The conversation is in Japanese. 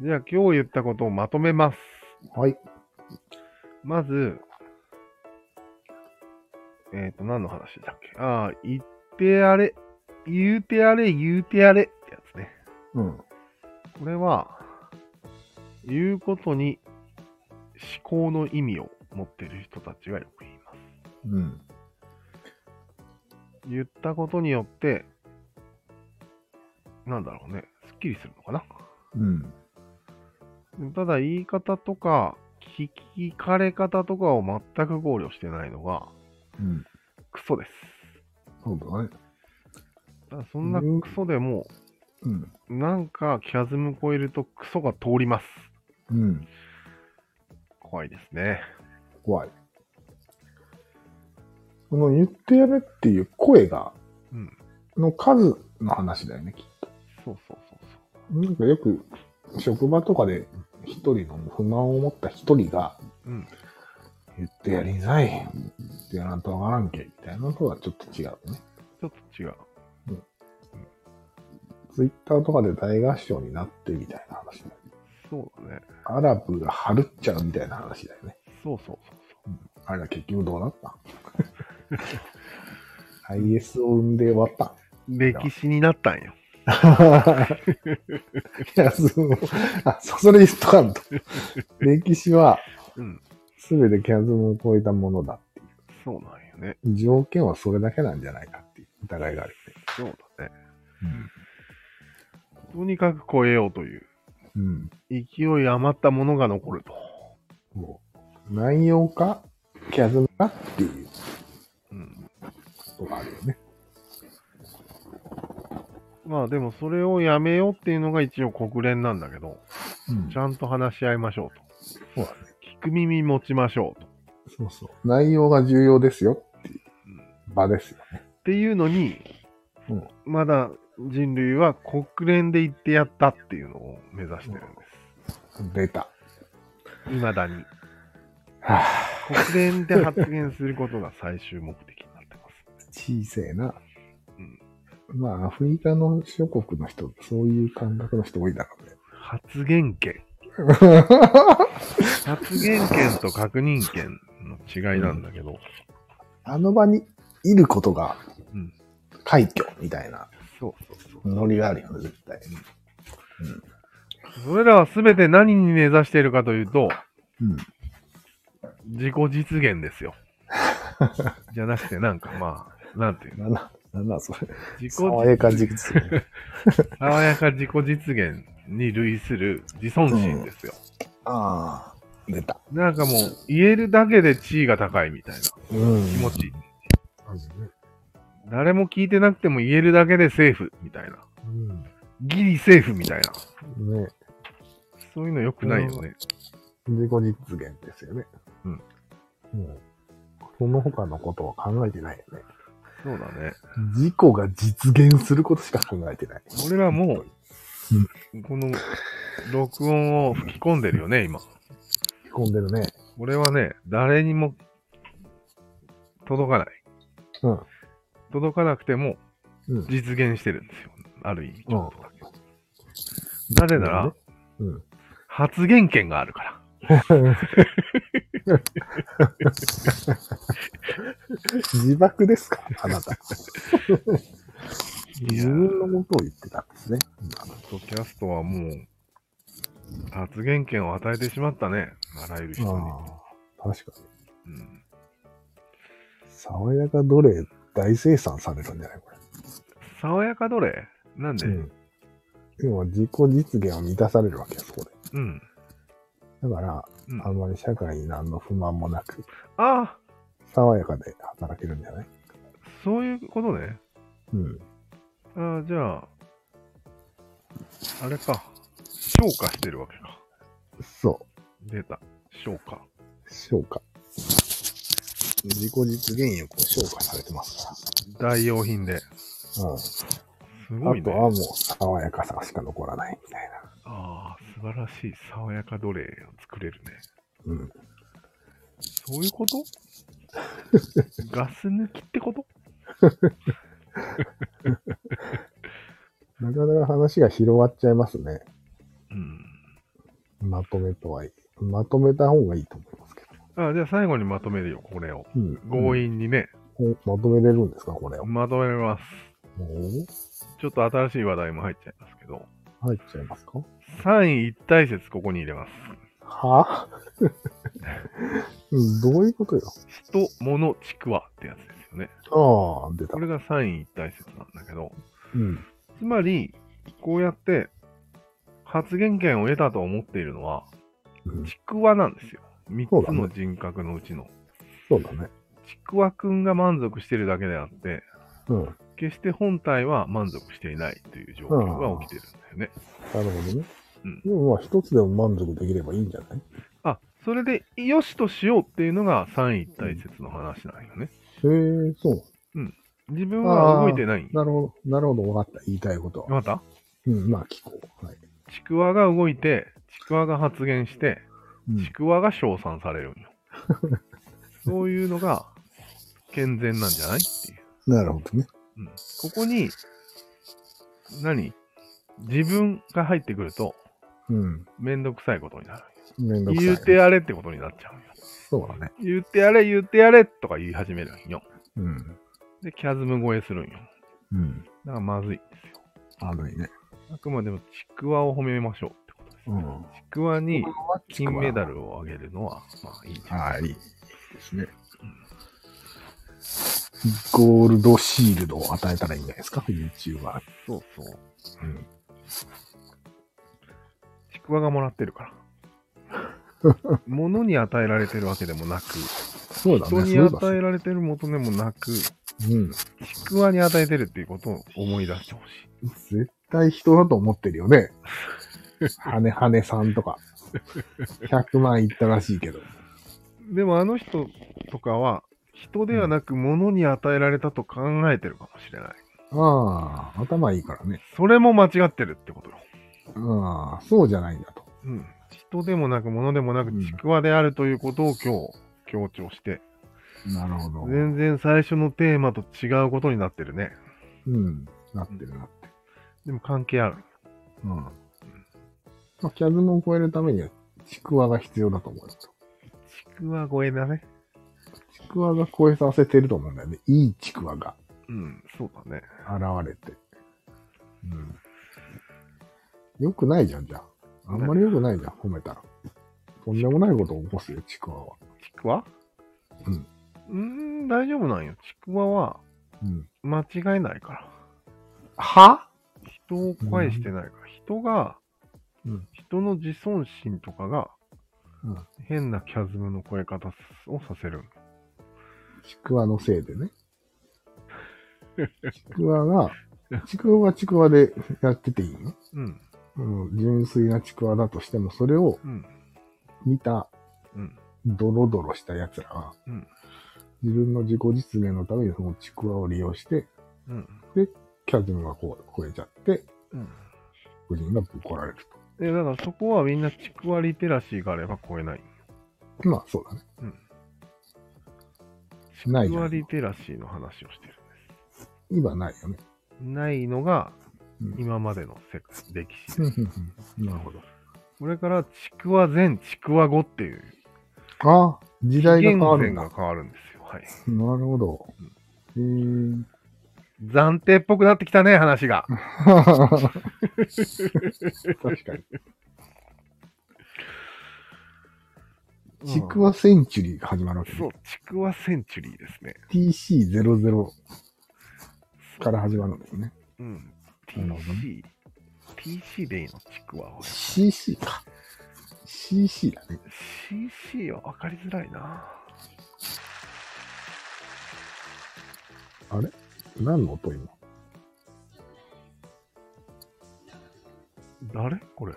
じゃあ今日言ったことをまとめます。はい。まず、えっ、と、何の話だっけああ、言ってあれ、言うてあれ、言うてあれってやつね。うん。これは、言うことに思考の意味を持ってる人たちがよく言います。うん。言ったことによって、なんだろうね、すっきりするのかな。うん。ただ言い方とか、聞かれ方とかを全く考慮してないのが、うん。クソです。そうだね。だからそんなクソでも、うん。なんかキャズム超えるとクソが通ります。うん。怖いですね。怖い。この言ってやれっていう声が、うん。の数の話だよね、きっそうそうそうと。なんかよく、職場とかで一人の不満を持った一人が、そう。うん。言ってやりなさい。言ってやらんとわからんけ。みたいなのとはちょっと違うね。ちょっと違う。ツイッターとかで大合唱になってみたいな話だよね。そうだね。アラブがはるっちゃうみたいな話だよね。そうそうそうそう。あれは結局どうなった ?IS を生んで終わった。歴史になったんよ。いや、その、あ、そそれ言っとかんと。歴史はうん。全てキャズムを超えたものだ。そうなんよね。条件はそれだけなんじゃないかっていう疑いがあるよね。そうだね。とにかく超えようという。うん。勢い余ったものが残ると。もう、内容か、キャズムかっていううん。ことがあるよね。まあでもそれをやめようっていうのが一応国連なんだけど、うんちゃんと話し合いましょうそうだね。と。聞く耳持ちましょうと。そうそう。内容が重要ですよっていううん場ですよね。っていうのに、うんまだ人類は国連で言ってやったっていうのを目指してるんで出た。す。未だに。はぁ、国連で発言することが最終目的になってます。小さいな。うんまあ、アフリカの諸国の人、そういう感覚の人多いだろうね。発言権。 発言権と確認権の違いなんだけど、あの場にいることがうん、快挙みたいなそうそうそう。ノリがあるよね、絶対。それらは全て何に根ざしているかというと、うん。自己実現ですよ。 じゃなくて、なんかまあ、なんていうのなんだ、なんだそれ。自己爽やか実 現。爽やか自己実現に類する自尊心ですよ。ああ、出た。なんかもう、言えるだけで地位が高いみたいなうん。気持ちいい。あるね誰も聞いてなくても言えるだけでセーフみたいな。ギリセーフみたいな。うん。ねそういうの良くないよね。自己実現ですよね。うん。うん。その他のことは考えてないよね。そうだね。自己が実現することしか考えてない。俺らもう、この録音を吹き込んでるよね、今。引き込んでるね。俺はね、誰にも届かない。うん。届かなくてもうん実現してるんですよ。ある意味、ちょっとだけ。ななぜなら、、うん。発言権があるから。自爆ですかあなた。いや自分のことを言ってたんですね。今ポッドキャストはもう、発言権を与えてしまったね。あらゆる人に。ああ、確かに。うん、爽やか奴隷大生産されるんじゃないこ爽やか奴隷なんで、れ。うん。。要は自己実現を満たされるわけよ、そこで。うん。だから、あんまり社会に何の不満もなく、ああ、爽やかで働けるんじゃないそういうことね。うん。ああ、じゃあ、あれか。消化してるわけか。そ出た。消化。う。消化。自己実現欲を消化されてますか代用品で。ら。うん。すあごいとね。はもう爽やかさしか残らないみたいああ、素晴らしい爽やか奴隷を作れるね。な。うん。そういうこと ガス抜きってことなかなか話が広がっちゃいますね。うん。まとめとは、まとめた方がいいと思いますけど。あじゃあ最後にまとめるよ、これを。うん強引にね、おまとめれるんですか、これを。まとめます。おちょっと新しい話題も入っちゃいますけど、入っちゃいますか三位一体説ここに入れます。は うんどういうことよ。人、物、ちくわってやつですよね。ああ、出たこ。れが三位一体説なんだけど、うん。つまり、こうやって発言権を得たと思っているのは、うんちくわなんですよ。そう3つだねの人格のうちの。そうだね。ちくわくんが満足してるだけであって、うん。決して本体は満足していないという状況が起きてるんだよね。なるほどね。うんでもまあ、一つでも満足できればいいんじゃないあ、それで、よしとしようっていうのが三位一体説の話なんよね。へえ、そう。自分は動いてない。なるほど。なるほど。わかった。言いたいことは。またうん、まあ、聞こう。はい。ちくわが動いて、ちくわが発言して、うんちくわが称賛されるん よ。そういうのが健全なんじゃないっていう。なるほどね。うん、ここに、何自分が入ってくると、うん。めんどくさいことになるんよ。めんどくさい。言うてやれってことになっちゃうんよ。そうだね。言ってやれ、言ってやれとか言い始めるんよ。うん。で、キャズム超えするんよ。うん。だからまずいんであるいね。すよ。あくまでもちくわを褒めましょうってことです。うん。ちくわに金メダちルをあげるのは、まあいいじくゃんわ。はい。いいですね。ゴールドシールドを与えたらいいんじゃないですか、YouTuber。そうそう。うん。ちくわがもらってる から。物に与えられてるわけでもなく、そうだね。人にそういえば与えられてる元でもなく、ちうん。くわに与えてるっていうことを思い出してほしい。絶対人だと思ってるよね。羽根羽根さんとか。100万いったらしいけど。でもあの人とかは、人ではなく物に与えられたと考えてるかもしれない。ああ、頭いいからね。それも間違ってるってことよ。ああ、そうじゃないんだと。うん。人でもなく物でもなうくんちくわであるということを今日強調して、なるほど。全然最初のテーマと違うことになってるね。うん。なってるなってる。でも関係ある。うん。まあ、キャズムを超えるためには、ちくわが必要だと思うよ。ちくわ超えだね。ちくわが超えさせてると思うんだよね。いいちくわがうん、そうだね。現れて。うん。よくないじゃん、じゃあ。あんまりよくないじゃん、褒めたら。とんでもないことを起こすよ、ちくわは。ちくわうん。うーん、大丈夫なんよ。ちくわはうん。間違いないから。は人を返してないから。人が、うん人の自尊心とかが、うん変なキャズムの超え方をさせる。ちくわのせいでね。ちくわが、ちくわはちくわでやってていいのうん、うん、純粋なちくわだとしても、それをうん、見たうん。ドロドロした奴らは、うん自分の自己実現のためにそのちくわを利用して、うん。キャズムがこう超えちゃって、うん。夫人がぶっこられるえ、だからそこはみんなちくわリテラシーがあれば超えない。と。まあ、そうだね。ちないくじゃわんリテラシーの話をしてる今ないよね。んです。ないのがうん今までの世界歴史うでんす。うんうんなるほど。これからちくわ前、ちくわ後っていうああ、時代が変わる変んだ。が変わるんですよ。はい。なるほど。えー、暫定っぽくなってきたね、話が。 確かに。ちくわセンチュリーが始まるわけ、そねう、、ちくわセンチュリーですね。 TC00 から始まるんですね。うん。なるほど TC。TC でいいの、ちくわは。 CC か。CC だね。 CC は分かりづらいな。何の音今誰これ。